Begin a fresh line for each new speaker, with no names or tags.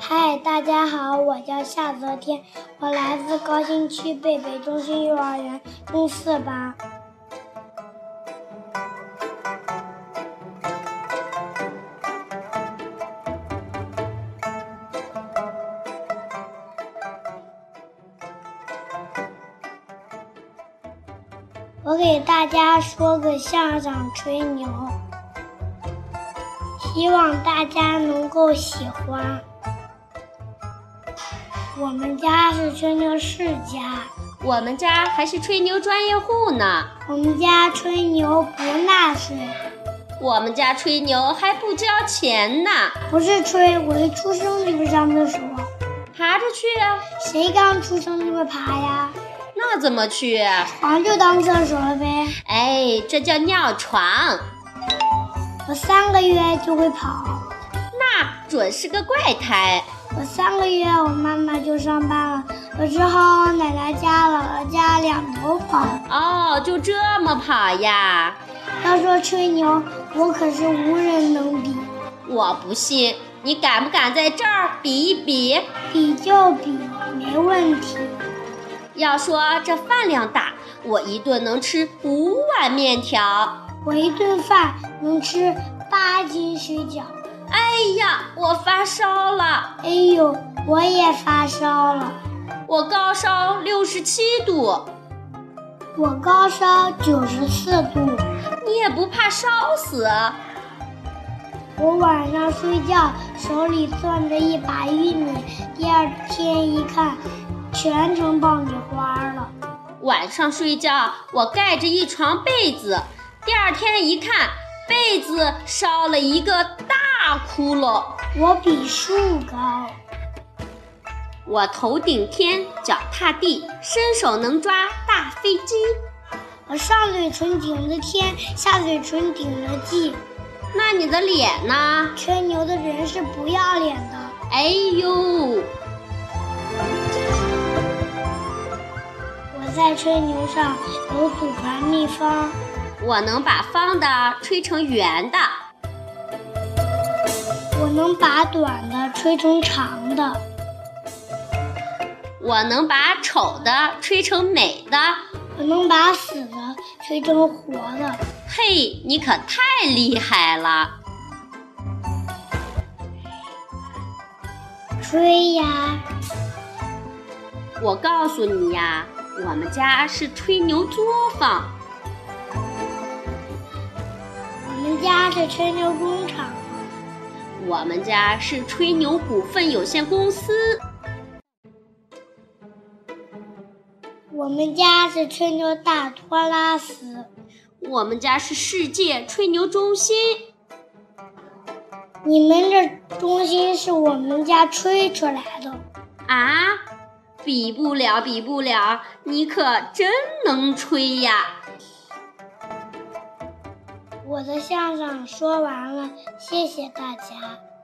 嗨，大家好，我叫夏泽天，我来自高新区贝北中心幼儿园中四班。我给大家说个相声吹牛，希望大家能够喜欢。我们家是吹牛世家，
我们家还是吹牛专业户呢，
我们家吹牛不纳税，
我们家吹牛还不交钱呢，
不是吹，我一出生就会上厕所，
爬着去啊？
谁刚出生就会爬呀？
那怎么去啊？
床就当厕所了呗。
哎，这叫尿床，
我三个月就会跑，
那准是个怪胎。
我三个月我妈妈就上班了，我只好奶奶家、姥姥家两头跑。
哦，就这么跑呀？
要说吹牛，我可是无人能比，
我不信，你敢不敢在这儿比一比？
比就比，没问题。
要说这饭量大，我一顿能吃五碗面条。
我一顿饭能吃八斤水饺。
哎呀，我发烧了，
哎呦，我也发烧了，
我高烧六十七度，
我高烧九十四度，
你也不怕烧死？
我晚上睡觉手里攥着一把玉米，第二天一看，全成爆米花了。
晚上睡觉，我盖着一床被子，第二天一看，被子烧了一个大窟窿。
我比树高，
我头顶天，脚踏地，伸手能抓大飞机。
我上嘴唇顶着天，下嘴唇顶着地。
那你的脸呢？
吹牛的人是不要脸的。
哎呦，
我在吹牛上有祖传秘方，
我能把方的吹成圆的。
我能把短的吹成长的。
我能把丑的吹成美的，
我能把死的吹成活的，
嘿，你可太厉害了！
吹呀！
我告诉你呀，我们家是吹牛作坊，
我们家是吹牛工厂，
我们家是吹牛股份有限公司，
我们家是吹牛大托拉斯。
我们家是世界吹牛中心。
你们这中心是我们家吹出来的，
啊，比不了，比不了，你可真能吹呀！
我的相声说完了，谢谢大家。